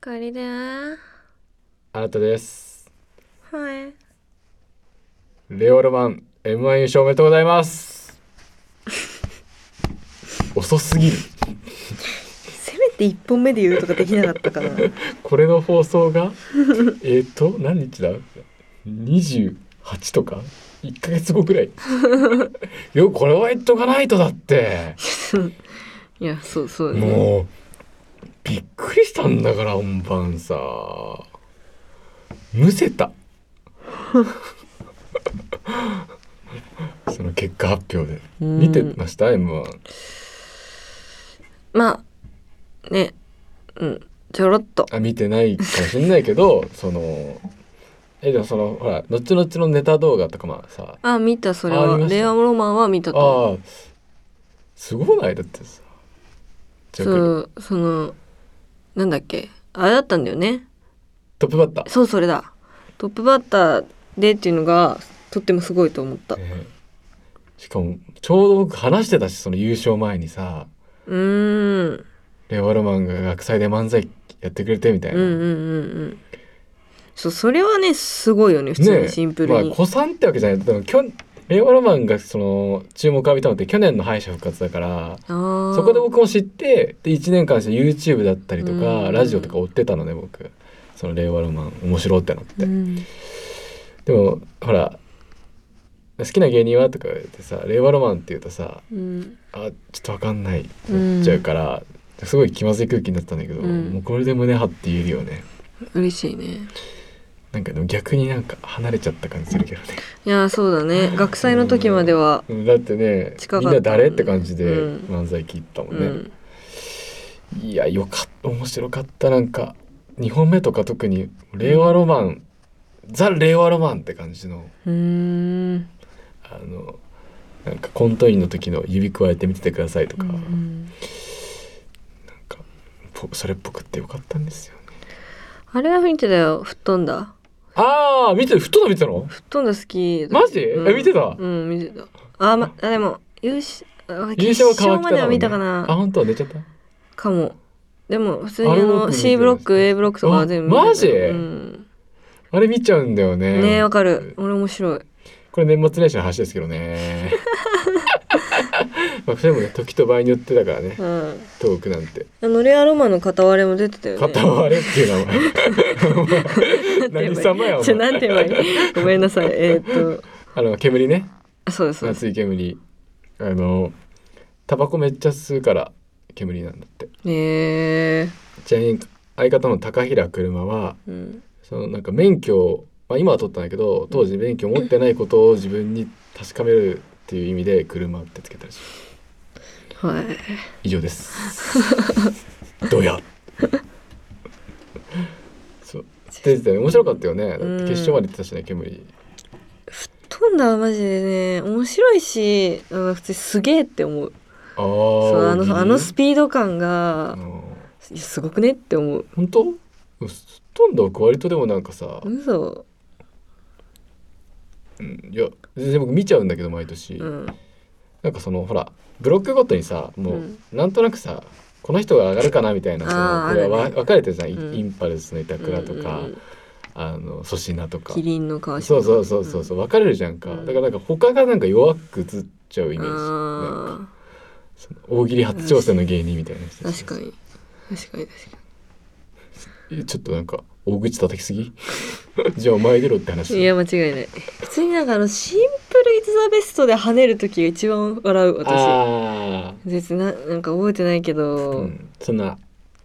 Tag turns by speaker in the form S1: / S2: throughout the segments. S1: かりでー
S2: 新たです
S1: はい
S2: レオロマン M1 優勝おめでとうございます 遅すぎる
S1: せめて1本目で言うとかできなかったかな
S2: これの放送がえっと何日だ28とか1ヶ月後くらいよこれは言っとかないとだって
S1: いやそうそうね
S2: もうびっくりしたんだから本番さむせた その結果発表で
S1: うん
S2: 見てました m 1
S1: まあねうんちょろっと
S2: あ見てないかもしれないけどそのえでもそのほら後々のネタ動画とかまあさ
S1: あ見たそれ
S2: ああ
S1: は
S2: りました
S1: レアロマンは見たと
S2: ああすごくないだってさジャ
S1: そ
S2: ック
S1: うそのなんだっけあれだったんだよね
S2: トップバッター、
S1: そうそれだトップバッターでっていうのがとってもすごいと思った
S2: ええしかもちょうど僕話してたしその優勝前にさ
S1: うーん
S2: レオロマンが学祭で漫才やってくれてみたい
S1: うんう
S2: な、
S1: んうんうんそうそれはねすごいよね普通
S2: ね
S1: に
S2: え
S1: シンプルに、
S2: まあ子さんってわけじゃないでもきょ令和ロマンがその注目を浴びたのって去年の敗者復活だから
S1: あー
S2: そこで僕も知ってで1年間して YouTube だったりと
S1: うんう
S2: か
S1: ん
S2: ラジオとか追ってたのね僕その令和ロマン面白いってなって、
S1: うん
S2: でもほら好きな芸人はとか言ってさ令和ロマンって言うとさ
S1: うん
S2: あちょっとわかんないってなっちゃうから、すごい気まずい空気になったんだけど、
S1: うん
S2: もうこれで胸張って言えるよね
S1: 嬉しいね
S2: なんかでも逆になんか離れちゃった感じするけどね
S1: いやーそうだね学祭の時までは、
S2: うんだってね
S1: 近かった
S2: みんな誰って感じで
S1: うん
S2: 漫才聞いたも
S1: うんん
S2: ね、いやよかった面白かったなんか2本目とか特に令和ロマン、ザ・令和ロマンって感じの
S1: うーん
S2: あのなんかコントインの時の指くわえて見ててくださいとか、
S1: う
S2: なん
S1: ん
S2: かぽそれっぽくってよかったんですよね
S1: あれは見てたよ吹っ飛んだ
S2: ああ見てる太の見てたの
S1: 吹っ飛んだ好きだ
S2: マジ、
S1: うん
S2: え見てた、
S1: うん見てたあ,、ま、あでも優勝あ
S2: 優勝は川北
S1: まで
S2: だ
S1: は
S2: もん、ね、
S1: 見たか
S2: あ
S1: な
S2: 本当寝ちゃった
S1: かもでも普通にあ
S2: あれ僕
S1: の
S2: 見て
S1: C ブロック
S2: ました
S1: A ブロックとかは全部見て
S2: あ
S1: た
S2: マジ
S1: うん、
S2: あれ見ちゃうんだよね
S1: ねえわかる俺面白い
S2: これ年末年始の話ですけど ね。まあ、それもね、時と場合によってだからね、
S1: うん
S2: トークなんて。
S1: あのレアロマンの片割れも出てたよね
S2: 片割れっていう名 前。何様やお
S1: ちょ
S2: 前。
S1: なんて言えばいいごめんなさいえーっと
S2: あの煙ね、
S1: あそうですそうです
S2: 夏い煙。あの、タバコめっちゃ吸うから煙なんだって。
S1: へえ
S2: ちなみに相方の高平車は、
S1: うん
S2: そのなんか免許を、まあ、今は取ったんだけど、当時免許持ってないことを自分に確かめるっていう意味で車ってつけたらしい。
S1: はい
S2: 以上ですどやそう出てたよね面白かったよねだって決勝まで行ってたしね煙
S1: 飛んだはマジでね面白いしあの普通にすげえって思う
S2: あ
S1: そう
S2: あ
S1: あのあのス
S2: ピ
S1: ピード感がいやすごくねって思う
S2: 本当ほとんど僕割とでもなんかさ、
S1: 嘘
S2: うん、いや全然僕見ちゃうんだけど毎年、
S1: うん
S2: なんかそのほらブロックごとにさもう、
S1: うん
S2: なんとなくさこの人が上がるかなみたいなその
S1: あー
S2: これ
S1: あ
S2: は
S1: るね
S2: 分かれてるじゃん、
S1: うん
S2: インパルスの板倉
S1: う
S2: とか、
S1: んうんうん
S2: あの粗品とか
S1: キリンの川島
S2: そうそうそうそうそう分かれるじゃんか、
S1: うん
S2: だからなんか他がなんか弱く映っちゃうイメージなんか
S1: あ
S2: その大喜利初挑戦の芸人みたいな人
S1: ー
S2: たち
S1: 確かに確かに確か
S2: えちょっとなんか大口叩きすぎ じゃあお前出ろって話
S1: にいや間違いない普通になんかあのシンプルイズザベストで跳ねる時が一番笑う私
S2: あ
S1: 別にななんか覚えてないけ
S2: あ、う
S1: ど
S2: ん、そんな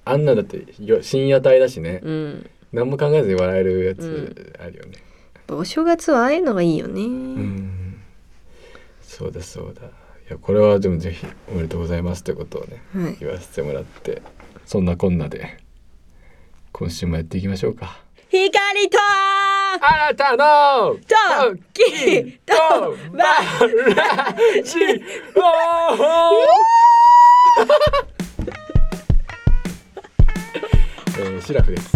S2: あんなだってよ深夜帯だしね、
S1: うん
S2: 何も考えずに笑えるやつあるよね
S1: やっぱお正月はああいうのがいいよね、
S2: うんそうだそうだいやこれはでもぜひおめでとうございますってことをね
S1: はい
S2: 言わせてもらってそんなこんなで今週もやっていきましょうか
S1: 光と
S2: あなたの
S1: ときとば
S2: ラジオ、えー、シラフです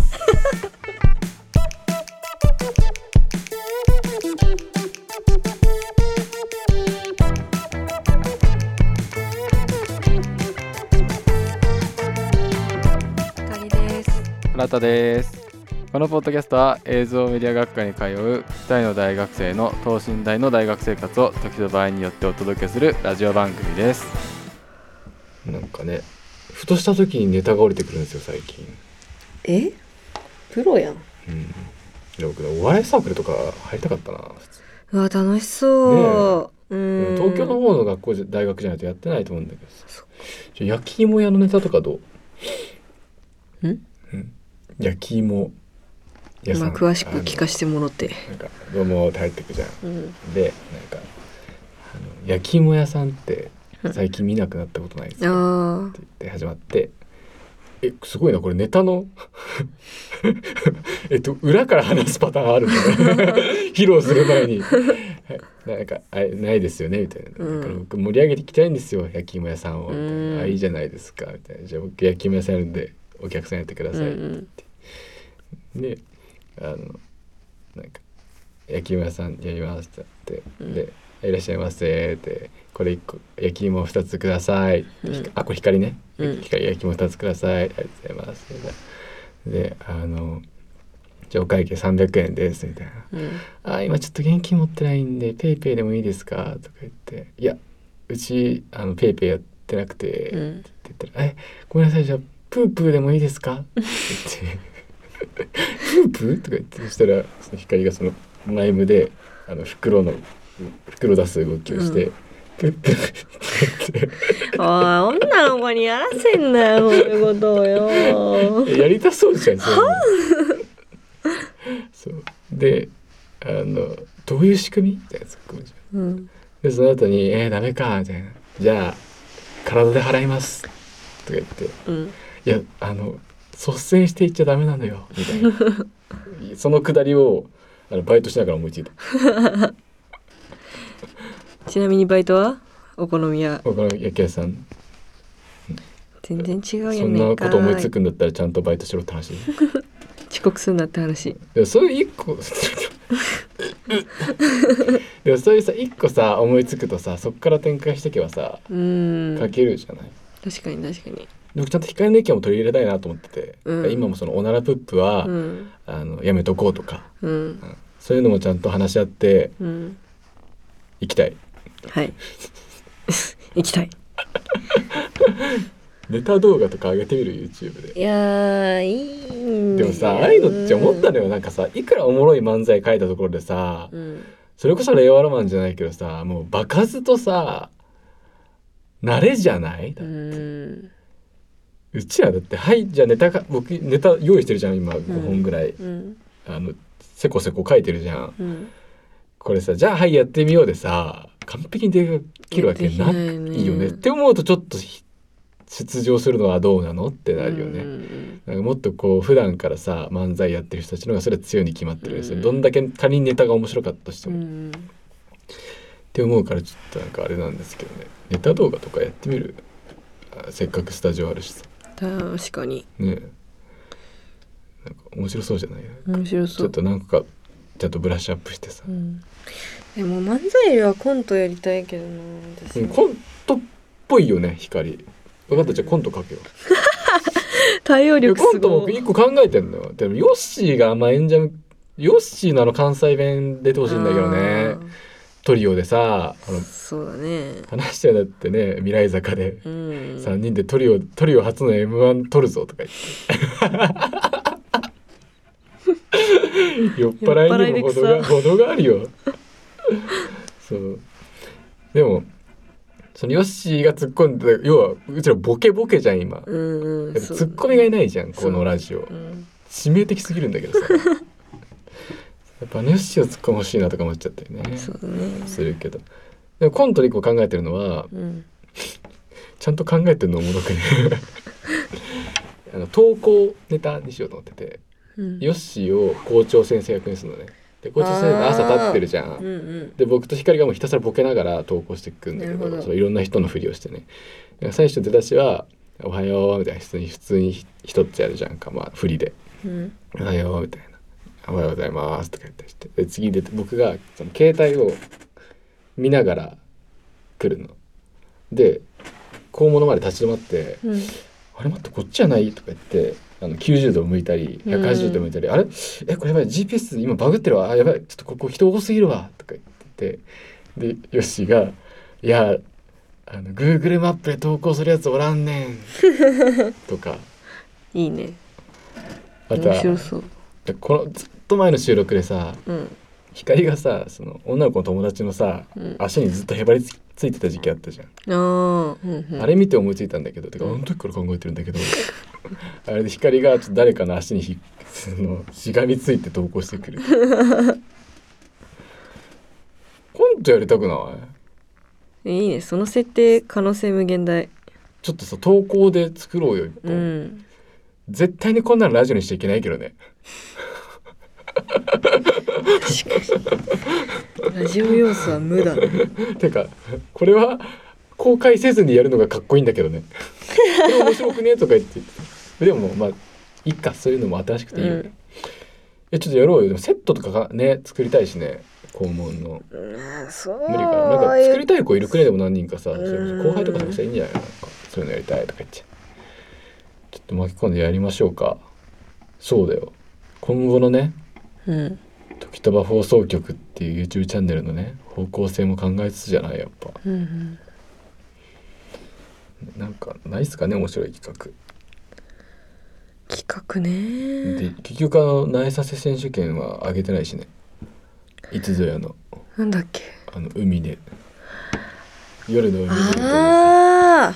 S1: 光です
S3: 村田ですこのポッドキャストは映像メディア学科に通う2人の大学生の等身大の大学生活を時と場合によってお届けするラジオ番組です
S2: なんかねふとした時にネタが降りてくるんですよ最近、
S1: えプロやん
S2: うん、で僕ねお笑いサークルとか入りたかったな普通
S1: うわ楽しそう、
S2: で
S1: う
S2: も
S1: ん
S2: 東京の方の学校じゃ大学じゃないとやってないと思うんだけどさじゃあ焼き芋屋のネタとかどう
S1: うん
S2: うん焼き芋屋さ
S1: ま
S2: ん
S1: あ、詳しく聞かせてもろて
S2: あのなんかどうもって入ってくじゃん
S1: うん
S2: でなんかあの焼き芋屋さんって最近見なくなったことないですか、っ
S1: あ
S2: て言って始まってえすごいなこれネタの えっと裏から話すパターンあるんだね 披露する前に はいなんかあないですよねみたいな、
S1: うん
S2: だから僕盛り上げていきたいんですよ焼き芋屋さんをみたいな
S1: うん
S2: あいいじゃないですかみたいなじゃあ僕焼き芋屋さんやるんでお客さんやってくだ
S1: あう
S2: さい、
S1: ん
S2: であのなんか「焼き芋屋さんやります」って言ってで「いらっしゃいませ」って「これ1個焼き芋2つください」
S1: うんうん
S2: あこれ光ね、
S1: うん
S2: 光焼き芋2つくださいありがとうございますみたいなであのじゃあお会計300円ですみたいな
S1: うん
S2: あ今ちょっと現金持ってないんでペイペイでもいいですか?」とか言って「いやうちあのペイペイやってなくて」
S1: うん
S2: って言ったら「えごめんなさいじゃあプープーでもいいですか?」って言って 「プープー?」とか言ってそしたらその光がそのマイムであの袋の袋出す動きをして「
S1: う
S2: プープー」って言って。
S1: おい女の子にやらせんなよこういうことをよ
S2: やりたそうじゃんそういうのそうであのどういう仕組みみたいなツッコミじゃん
S1: うん
S2: でその後に「えー、ダメか」みたいな「じゃあ体で払います」とか言って「
S1: うん
S2: いやあの率先していっちゃダメなのよ」みたい なそのくだりをあのバイトしながら思いついた
S1: ちなみにバイトはお好み屋
S2: 他の焼き屋さん
S1: 全然違うや
S2: そ
S1: ん
S2: ん
S1: ね
S2: なん
S1: か
S2: こと思いつくんだったらちゃんとバイトしろって話い
S1: 遅刻すんなって話
S2: やそういう一個 でもそういうさ一個さ思いつくとさそっから展開していけばさ
S1: うん
S2: 書けるじゃない、
S1: 確かに確かに
S2: でもちゃんと光の意見も取り入れたいなと思ってて、
S1: うん
S2: 今もそのおならプップは、
S1: うん
S2: あのやめとこうとか
S1: うん
S2: そういうのもちゃんと話し合って
S1: うん
S2: いきたい。
S1: はい 行きたい
S2: ネタ動画とか上げてみる YouTube で。
S1: いやーいいんだ
S2: で
S1: よ
S2: もさ、ああいうのって思ったのよ。なんかさ、いくらおもろい漫才書いたところでさ
S1: う、ん
S2: それこそ令和ロマンじゃないけどさ、もう場数とさ、慣れじゃない
S1: うん
S2: うちらだって、はい、じゃあネタか、僕ネタ用意してるじゃん、今5本ぐらい。
S1: うん
S2: あの、せこせこ書いてるじゃん。
S1: うん
S2: これさ、じゃあはい、やってみようでさ、完璧にできるわけ
S1: でき
S2: な
S1: ない
S2: い
S1: よね
S2: よね。って思うと、ちょっとひ出場するのはどうなのってなるよね。
S1: うん
S2: なんかもっとこう普段からさ漫才やってる人たちの方がそれは強いに決まってるんですよ、
S1: うん
S2: どんだけ他人ネタが面白かったとして
S1: う
S2: も、っ
S1: ん
S2: て思うからちょっとなんかあれなんですけどねネタ動画とかやってみるあせっかくスタジオあるしさ
S1: 確かに
S2: ねえなんか面白そうじゃない
S1: 面白
S2: ち
S1: そ
S2: ょっ
S1: う
S2: と何個かちゃんとブラッシュアップしてさ、
S1: うんでも漫才よりはコントやりたいけどな私
S2: うんコントっぽいよね光分かったじゃあコント書けよ
S1: 対応
S2: いや
S1: 力
S2: コ
S1: す
S2: ントも
S1: ごい
S2: 一個考えてんのよでもヨッシーがあんま演者向ヨッシーのあの関西弁出てほしいんだけどねトリオでさあの
S1: あーそうだね
S2: 話してだってね未来坂で
S1: うん
S2: 3人でトリオトリオ初の m 1取るぞとか言って 酔っ払いにも程
S1: 酔っ払い
S2: が
S1: で
S2: 程があるよそうでもそのヨッシーが突っ込んで要はうちらボケボケじゃん今、
S1: うんうん
S2: やっぱ
S1: そう
S2: ツッコミがいないじゃんこのラジオ
S1: うん
S2: 致命的すぎるんだけ どさやっぱあのヨッシーを突っ込んでほしいなとか思っちゃったよね
S1: そうだね
S2: するけどでもコントで一個考えてるのは
S1: うん
S2: ちゃんと考えてるのおもろくね あの投稿ネタにしようと思ってて、
S1: うん
S2: ヨッシーを校長先生役にするのねで校長先生が朝立ってるじゃ
S1: うん
S2: ん
S1: うん
S2: で僕と光がもうひたすらボケながら投稿していくんだ
S1: な
S2: け
S1: るほ
S2: ど
S1: ど
S2: そういろんな人のふりをしてねで最初出だしは「おはよう」みたいな普通に普通に一つやるじゃんかまあふりで
S1: うん
S2: 「おはよう」みたいな「おはようございます」とか言ったりしてで次で僕がその携帯を見ながら来るので校門の前で立ち止まって
S1: うん
S2: あれ待ってこっちじゃないとか言ってあのの90度向いたり
S1: うん
S2: 180度向いたり、あれえこれやばい GPS 今バグってるわあやばいちょっとここ人多すぎるわとか言っててでヨッシーが「いやあの Google マップで投稿するやつおらんね ん」とか
S1: いいね
S2: あと
S1: 面
S2: は
S1: 白そう
S2: このずっと前の収録でさ
S1: うん
S2: 光がさその女の子の友達のさ
S1: うんあ
S2: 足にずっとへばりつついてた時期あったじゃん。
S1: ーうんうん
S2: あれ見て思いついたんだけど、てか、あ
S1: うん
S2: の時から考えてるんだけど、あれで光がちょっと誰かの足にひそのしがみついて投稿してくる。コントやりたくない
S1: いいねその設定可能性無限大
S2: ちょっとさ、投稿で作ろうよ、一
S1: う
S2: 本。
S1: ん
S2: 絶対にこんなのラジオにしちゃいけないけどね。
S1: ラジオ要素は無だな
S2: てか、これは公開せずにやるのがかっこいいんだけどね。これ面白くねとか言って。でも、まあ、いっか、そういうのも新しくていいよね。
S1: うん
S2: え、ちょっとやろうよ。でもセットとかがね、作りたいしね、肛門の。
S1: うんそう
S2: 無理かななんか作りたい子いるくらいでも何人かさ
S1: う
S2: そ
S1: ん
S2: れこそ後輩とかでもしたらいいんじゃないのなんかそういうのやりたいとか言ってちょっと巻き込んでやりましょうかそうだよ今後のね
S1: うん
S2: 「時とば放送局」っていう YouTube チャンネルのね方向性も考えつつじゃないやっぱ
S1: うんうん
S2: なんかないっすかね面白い企
S1: 企画
S2: 画で
S1: ね
S2: 結局あの苗させ選手権は上げてないしねいつぞやの
S1: なんだっけ
S2: あの海で夜の海でみたいな
S1: ああ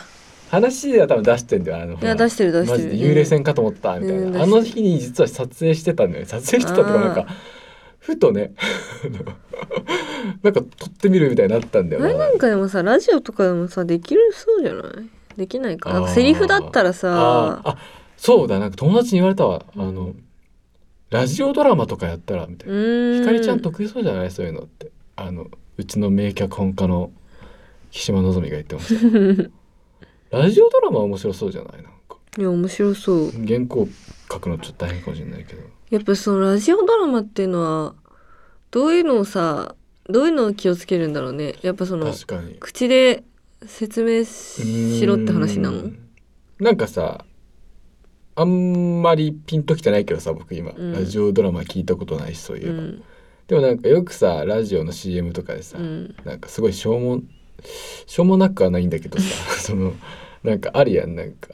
S2: 話では多分出してんだよあのほ
S1: い
S2: ら
S1: や出してる出して
S2: マ
S1: る
S2: ジで幽霊船かと思ったみたいな、
S1: うん
S2: あの日に実は撮影してたんだよね撮影してたとかなん
S1: あ
S2: かふとね なんか撮ってみるみたいになったんだ
S1: うん
S2: よな
S1: 前なんかでもさラジオとかでもさできるそうじゃないできないかなんかセリフだったら
S2: あ
S1: さ
S2: ーあそうだなんか友達に言われたわ、あ
S1: う
S2: のラジオドラマとかやったらみたいうな、
S1: ーん
S2: ひかりちゃん得意そうじゃないそういうのってあのうちの名脚本家の岸間のぞみが言ってましたラジオドラマ面白そうじゃないなんか
S1: いや面白そう
S2: 原稿書くのちょっと大変かもしれないけど
S1: やっぱそのラジオドラマっていうのはどういうのをさどういうのを気をつけるんだろうねやっぱその
S2: 確かに
S1: 口で説明しろって話な
S2: う
S1: の
S2: んなんかさあんまりピンときてないけどさ僕今、
S1: うん
S2: ラジオドラマ聞いたことないしそういうえば、
S1: ん
S2: でもなんかよくさラジオの CM とかでさ、
S1: うん
S2: なんかすごいしょうもしょうもなくはないんだけどさ そのなんかあるやんなんか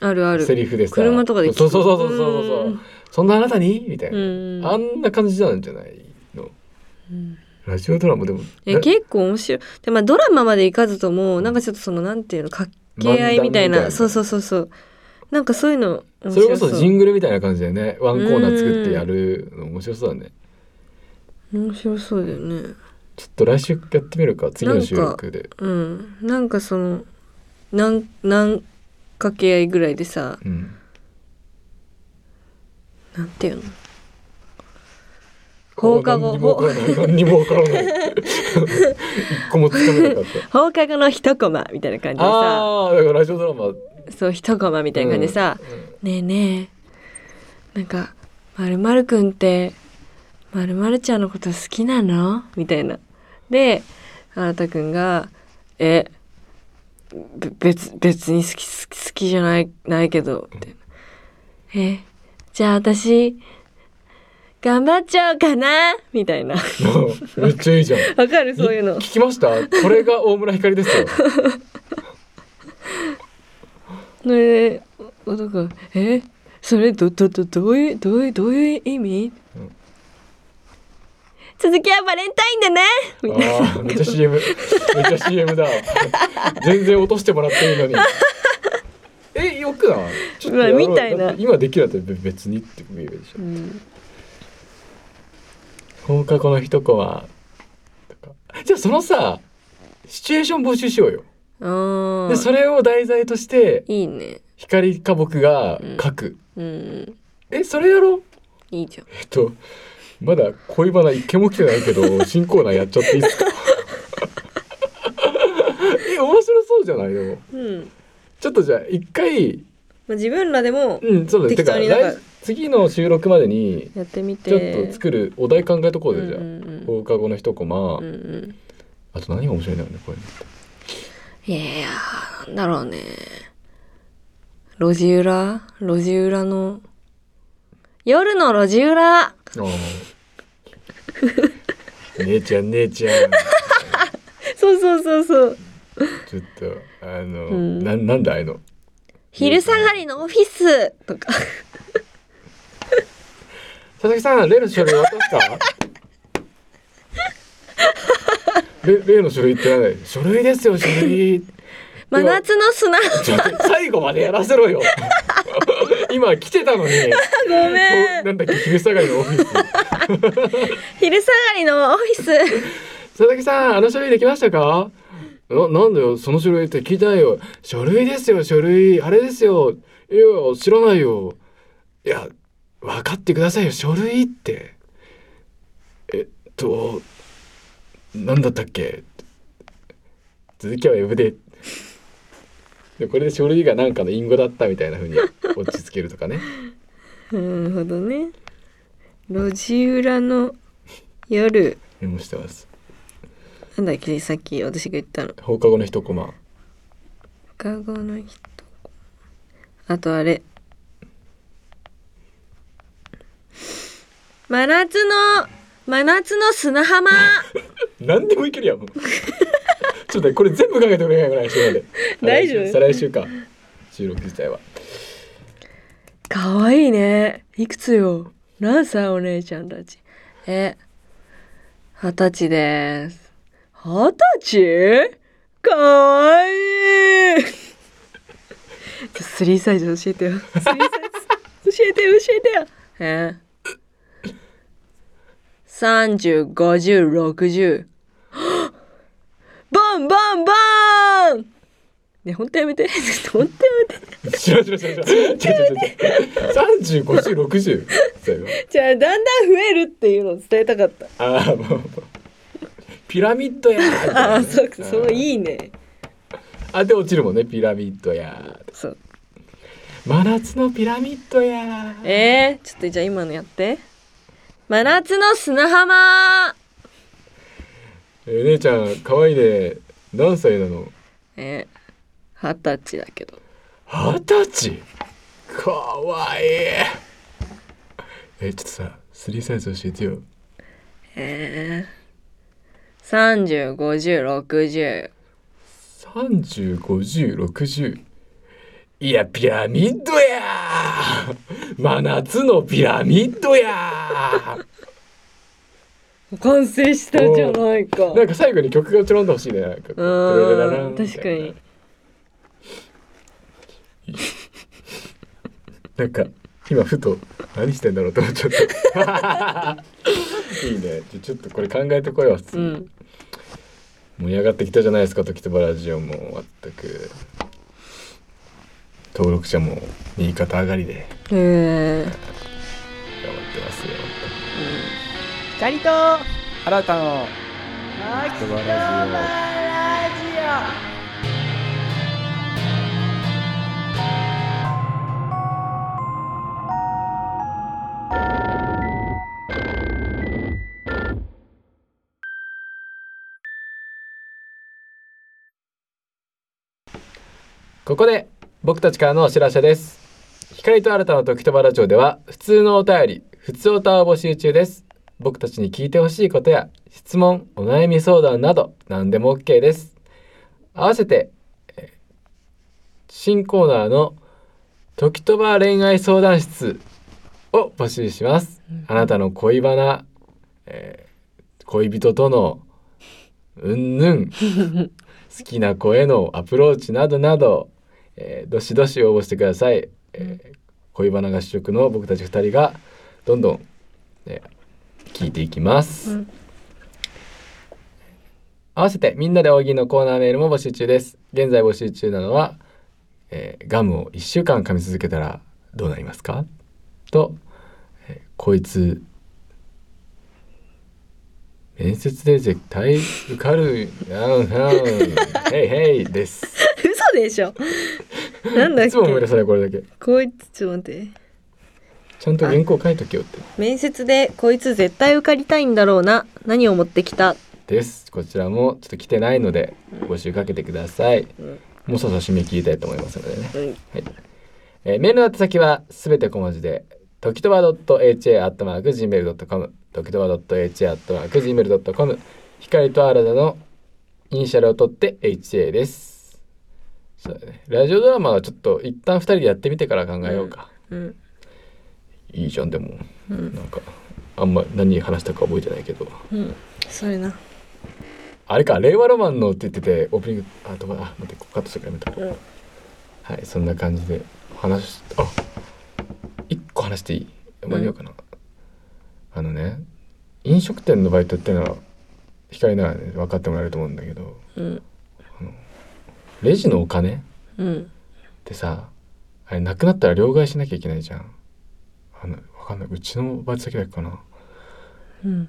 S1: あるある
S2: セリフでさ
S1: 車とかで聞く
S2: そうそうそうそうそうそう
S1: うん
S2: そんなあなたにみたいな、
S1: うん
S2: あんな感じなんじゃないの
S1: うん
S2: ラジオドラマでも
S1: え
S2: な
S1: 結構面白いでまあドラマまでいかずともなんかちょっとそのなんていうの掛け合いみたい
S2: 漫談みた
S1: な
S2: いな
S1: そうそうそうそうなんかそういうの面
S2: それこ
S1: 白
S2: そジングルみたいな感じでねワンコーナー作ってやるの面白そうだね
S1: 面白そうだよね
S2: ちょっと来週やってみるか次の収録で
S1: うんなんかそのなんなん掛け合いぐらいでさ
S2: うん
S1: なんていうの放課後
S2: も何にも分からない一個もつかめ なかった
S1: 放課後の一コマみたいな感じでさ
S2: ああだからラジオドラマみ
S1: そう一コマみたいな感じでさ、ねえねえなんかまるまるくんってまるまるちゃんのこと好きなのみたいなであなたくんが「えべ別別に好き好き好きじゃないないけど」みたいな「えじゃあ私頑張っちゃおうかな」みたいな
S2: めっちゃいいじゃん
S1: わかる そういうの
S2: 聞きましたこれが大村ひかりですよ
S1: それでお男が「えそれどどどどういうどういうどういう意味
S2: うん
S1: 続きはバレンタインでね!」みたいな
S2: ああめっちゃ CM めっちゃ CM だ全然落としてもらっていいのにえよくないちょっとやろう
S1: うわみたいな
S2: だって今できるやつ別にって言えばいいでしょ
S1: うん
S2: 放課後の一コマとかじゃあそのさシチュエーション募集しようよ、
S1: あ
S2: で
S1: ー
S2: それを題材として
S1: いいね
S2: 光か僕が書く、
S1: うん
S2: えそれやろう
S1: いいじゃん
S2: えっとまだ恋バナ一件も来てないけど新コーナーやっちゃっていいですか え面白そうじゃないでも
S1: うん、
S2: ちょっとじゃあ一回
S1: まあ、自分らでも
S2: うんそうだねて
S1: 適
S2: か
S1: 当になんか
S2: 来次の収録までに
S1: やってみ
S2: ちょってと作るお題考えとこう
S1: う
S2: ぜ
S1: ん
S2: じゃあ、
S1: うんうん
S2: 放課後の一コマ、
S1: うんうん
S2: あと何が面白いんだろうねこれ
S1: いやいやなんだろうね路地裏路地裏の夜の路地裏
S2: うん姉ちゃん姉ちゃん
S1: そうそうそうそう
S2: ちょっとあの、
S1: うん
S2: ななんだああいうの
S1: 昼下がりのオフィスと か
S2: 佐々木さん例の書類渡した れ例の書類ってない書類ですよ書類
S1: 真夏の砂
S2: ちょっと 最後までやらせろよ今来てたのに
S1: ごめ
S2: お
S1: ん
S2: なんだっけ昼下がりのオフィス
S1: 昼下がりのオフィス
S2: 佐々木さんあの書類できましたかななんだよその書類って聞いてないよ書類ですよ書類あれですよいや知らないよいや分かってくださいよ書類ってえっとなんだったっけ続きはウェブででこれで書類がなんかの隠語だったみたいな風に落ち着けるとかね
S1: なるほどね路地裏の夜
S2: メモしてます
S1: なんだっけさっき私が言ったの
S2: 放課後の一コマ
S1: カゴの人あとあれ真夏の真夏の砂浜
S2: 何でもいけるやんもう ちょっと待ってこれ全部かけてくれないか来週まで
S1: 大丈夫
S2: あ来週再来週か収録自体は
S1: かわいいねいくつよ何歳お姉ちゃんたちえ二十歳です二十歳かわいいちょっとスリーサイズ教えてよスリーサイズ教えてよ教えてよえ305060バンバンバンねほんとやめて ほんとやめて
S2: 知らん知らん知らん知らん三十五十六十
S1: じゃあだんだん増えるっていうのを伝えたかった。
S2: ああもうピラミッドやー
S1: ああ、そうか、そう
S2: い
S1: いいね。
S2: あで落ちるもんねピラミッドやー
S1: そう。
S2: 真夏のピラミッドやー
S1: えー、ちょっとじゃあ今のやって。真夏の砂浜。
S2: えー姉ちゃん可愛いね何歳なの
S1: えー、二十歳だけど。
S2: 二十歳可愛いえーちょっとさスリーサイズ教えてよ
S1: えー、三十、五十、六十。
S2: 305060いやピラミッドやー真夏のピラミッドや
S1: 完成したじゃないか。
S2: ーなんか最後に曲がちょろんでほしいねなんか
S1: う
S2: ララララ
S1: ー
S2: ン
S1: ん、
S2: みたいな
S1: 確かに。
S2: なんか今ふと何してんだろうと思っちゃった いいねじゃちょっとこれ考えてこよう、
S1: うん。
S2: 盛り上がってきたじゃないですか「時とばラジオ」も全く登録者も右肩上がりで
S1: えー、
S2: 頑張ってますよ
S1: 光と。
S3: 新たの
S1: 秋
S3: 葉原
S1: ラジオ。
S2: ここで僕たちからのお知らせです光と新たの時とばラジオでは普通のお便り普通おたを募集中です僕たちに聞いてほしいことや質問お悩み相談など何でも OK です合わせてえー新コーナーの時とば恋愛相談室を募集しますあなたの恋バナ、えー恋人とのうんぬん好きな子へのアプローチなどなど、えーどしどし応募してください、えー恋バナが主食の僕たち2人がどんどん、えー聞いていきます、
S1: うん
S2: 合わせてみんなで大喜利のコーナーメールも募集中です現在募集中なのは、えーガムを1週間噛み続けたらどうなりますかと、えーこいつ面接で絶対受かるやんやんヘイヘイです
S1: 嘘で しょ。なんだっ
S2: いつも思い出
S1: け。
S2: さないこれだけ
S1: こいつ、ちょっと待って。
S2: ちゃんと原稿書いとけよって
S1: 面接でこいつ絶対受かりたいんだろうな何を持ってきた
S2: ですこちらもちょっと来てないので募集かけてください、
S1: うん
S2: もうそろそろ締め切りたいと思いますのでね、
S1: うん
S2: はいえーメールの宛先はすべて小文字で「時とば .ha.gmail.com 時とば .ha.gmail.com 光と新たのイニシャルを取って HA ですそうだねラジオドラマはちょっと一旦二人でやってみてから考えようか、
S1: うん
S2: いいじゃんでも
S1: うん
S2: なんかあんま何話したか覚えてないけど
S1: うんそれな
S2: あれか令和ロマンのって言っててオープニングあどうあ待ってここカットしてからやめた
S1: うん
S2: はいそんな感じで話しあ一個話していい間に合うかな、あのね飲食店のバイトってのは光ならね分かってもらえると思うんだけど
S1: うん
S2: レジのお金っ
S1: うん
S2: てさあれなくなったら両替しなきゃいけないじゃんあの分かんないうちのバイト先だけかな
S1: うん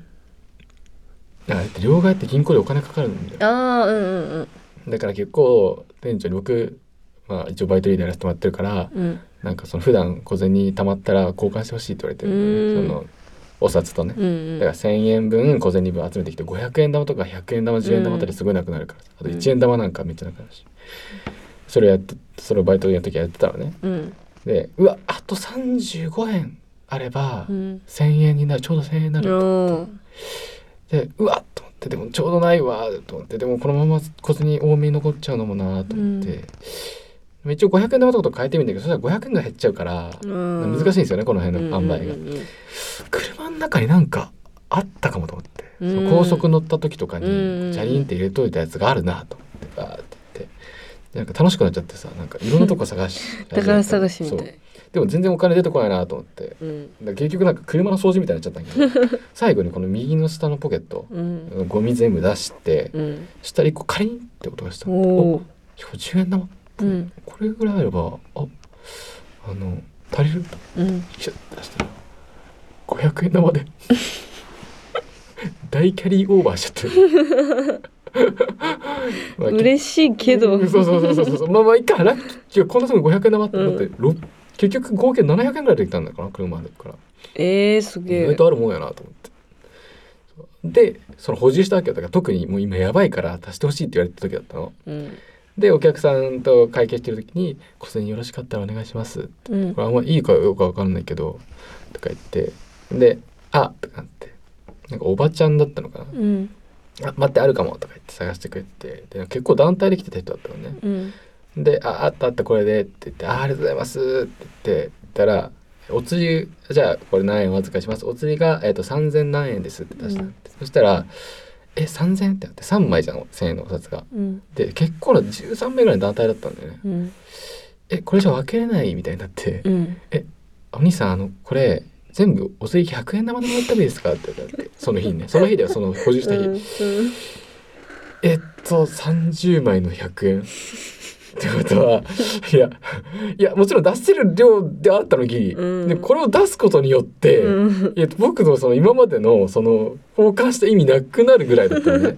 S2: あれって両替って銀行でお金かかるんだよ
S1: ああうんうん
S2: だから結構店長に僕、まあ、一応バイトリーダーやらせてもらってるから
S1: うんうん
S2: なんかその普段小銭貯まったら交換してほしいって言われてる
S1: うん
S2: んだよねそのお札とね
S1: うん
S2: だ
S1: う
S2: から
S1: ん
S2: 1,000円分小銭分集めてきて500円玉とか100円玉10円玉あたりすごいなくなるからあと1円玉なんかめっちゃなくなるしそれをやってそれをバイトの時やってたのね
S1: うん
S2: でうわあと35円あれば
S1: うん
S2: 1,000円になるちょうど1,000円になる
S1: おー
S2: でうわっと思ってでもちょうどないわと思ってでもこのまま小銭多めに残っちゃうのもなと思って、
S1: うん
S2: でも一応500円玉とかと変えてみるんだけどそしたら500円が減っちゃうから、
S1: うん
S2: 難しいんですよねこの辺
S1: うん
S2: の塩梅が、
S1: うんうん
S2: 車の中になんかあったかもと思って、
S1: うん
S2: その高速乗った時とかにチ
S1: うん
S2: ャリンって入れといたやつがあるなと思ってバーって言って。でなんか楽しくなっちゃってさなんかいろんなとこ探し
S1: 宝探しみた
S2: そう
S1: い
S2: でも全然お金出てこないなと思って
S1: うん
S2: だから結局なんか車の掃除みたいになっちゃったんだ けど最後にこの右の下のポケット、
S1: うん
S2: ゴミ全部出して、
S1: うん
S2: 下にこうカリンって音がしたの
S1: おお
S2: 10円玉
S1: うん
S2: これぐらいあればああの足りる
S1: うん
S2: シュッ出したら500円玉で 大キャリーオーバーしちゃってる まあ
S1: 嬉しいけど
S2: うんそうそうそうそうそうまあまあいいかラッキーこんなすぐ500円玉ってだって、ろ結局合計700円ぐらいできたんだから車だから
S1: えー、すげ
S2: 意
S1: え
S2: 外とあるもんやなと思ってでその補充したわけよだから特にもう今やばいから足してほしいって言われた時だったの
S1: うん
S2: でお客さんと会計してる時に「小銭よろしかったらお願いします」
S1: うん
S2: これあんまいいかよくわかんないけど」とか言ってで「あとかなってなんかおばちゃんだったのかな「
S1: うん
S2: あ待ってあるかも」とか言って探してくれてで結構団体で来てた人だったのね
S1: うん
S2: で「ああったあったこれで」って言って「あありがとうございます」って言って言ったら「お釣りじゃあこれ何円お預かりしますお釣りが、えー、と3,000何円です」って出したの、
S1: うん
S2: そしたら「え3,000円?」ってなって3枚じゃん1,000円のお札が。
S1: うん
S2: で結構な13名ぐらいの団体だったんだよね。
S1: うん
S2: えこれじゃ分けれないみたいになって
S1: うん
S2: 「お兄さんあのこれ全部お釣り100円玉でもらってもいいですか?」って言われてその日にねその日だよその補充した日。えっと30枚の100円ってことはいやいやもちろん出せる量であったのギリ、
S1: うん
S2: でこれを出すことによって、
S1: うんうん
S2: いや僕のその今までのその交換した意味なくなるぐらいだったのね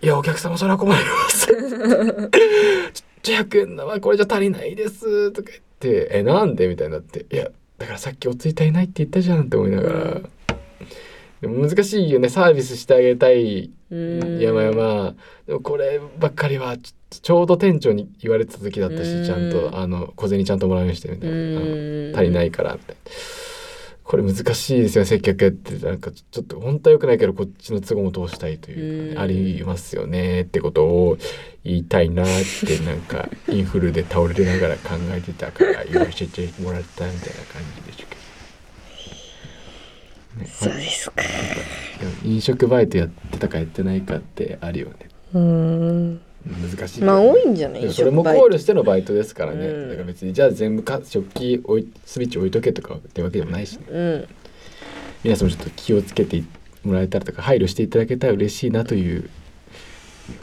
S2: いやお客様それは困ります ちょちょ100円玉これじゃ足りないですとか言ってえなんでみたいになっていやだからさっきおつい足りないって言ったじゃんって思いなが
S1: う
S2: ら、
S1: ん
S2: でも難しいよねサービスしてあげたい
S1: うん
S2: やばいやばいでもこればっかりはちょちょうど店長に言われてた時だった
S1: う
S2: し
S1: ん
S2: ちゃんとあの小銭ちゃんともらいましたみたいなあの足りないいからみたいなこれ難しいですよね接客やっててなんかちょちょっと本当は良くないけどこっちの都合も通したいという
S1: うん
S2: かね、ありますよねってことを言いたいなってなんかインフルで倒れながら考えてたから言わせてもらったみたいな感じでしょうけど。ね
S1: そうですか
S2: でも飲食バイトやってたかやってないかってあるよね
S1: うん
S2: 難しいけど
S1: まあ
S2: ね
S1: 多いんじゃない
S2: でもそれも考慮してのバイトですからね、
S1: うん
S2: だから別にじゃあ全部か食器置いスイッチ置いとけとかってわけでもないし、ね、
S1: うん
S2: 皆さんもちょっと気をつけてもらえたらとか配慮していただけたら嬉しいなという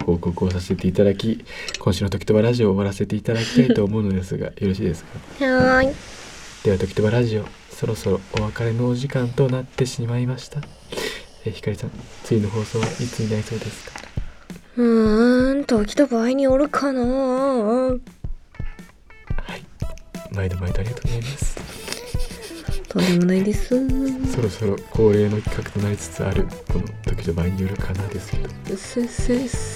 S2: 報告をさせていただき今週の「時とばラジオ」を終わらせていただきたいと思うのですがよろしいですか
S1: はーい
S2: では「時とばラジオ」そろそろお別れのお時間となってしまいましたえーひかりさん次の放送はいつになりそうですか
S1: うーん時と場合によるかな
S2: はい毎度毎度ありがとうございます
S1: とんでもないです
S2: そろそろ恒例の企画となりつつあるこの時と場合によるかなですけど
S1: せせせ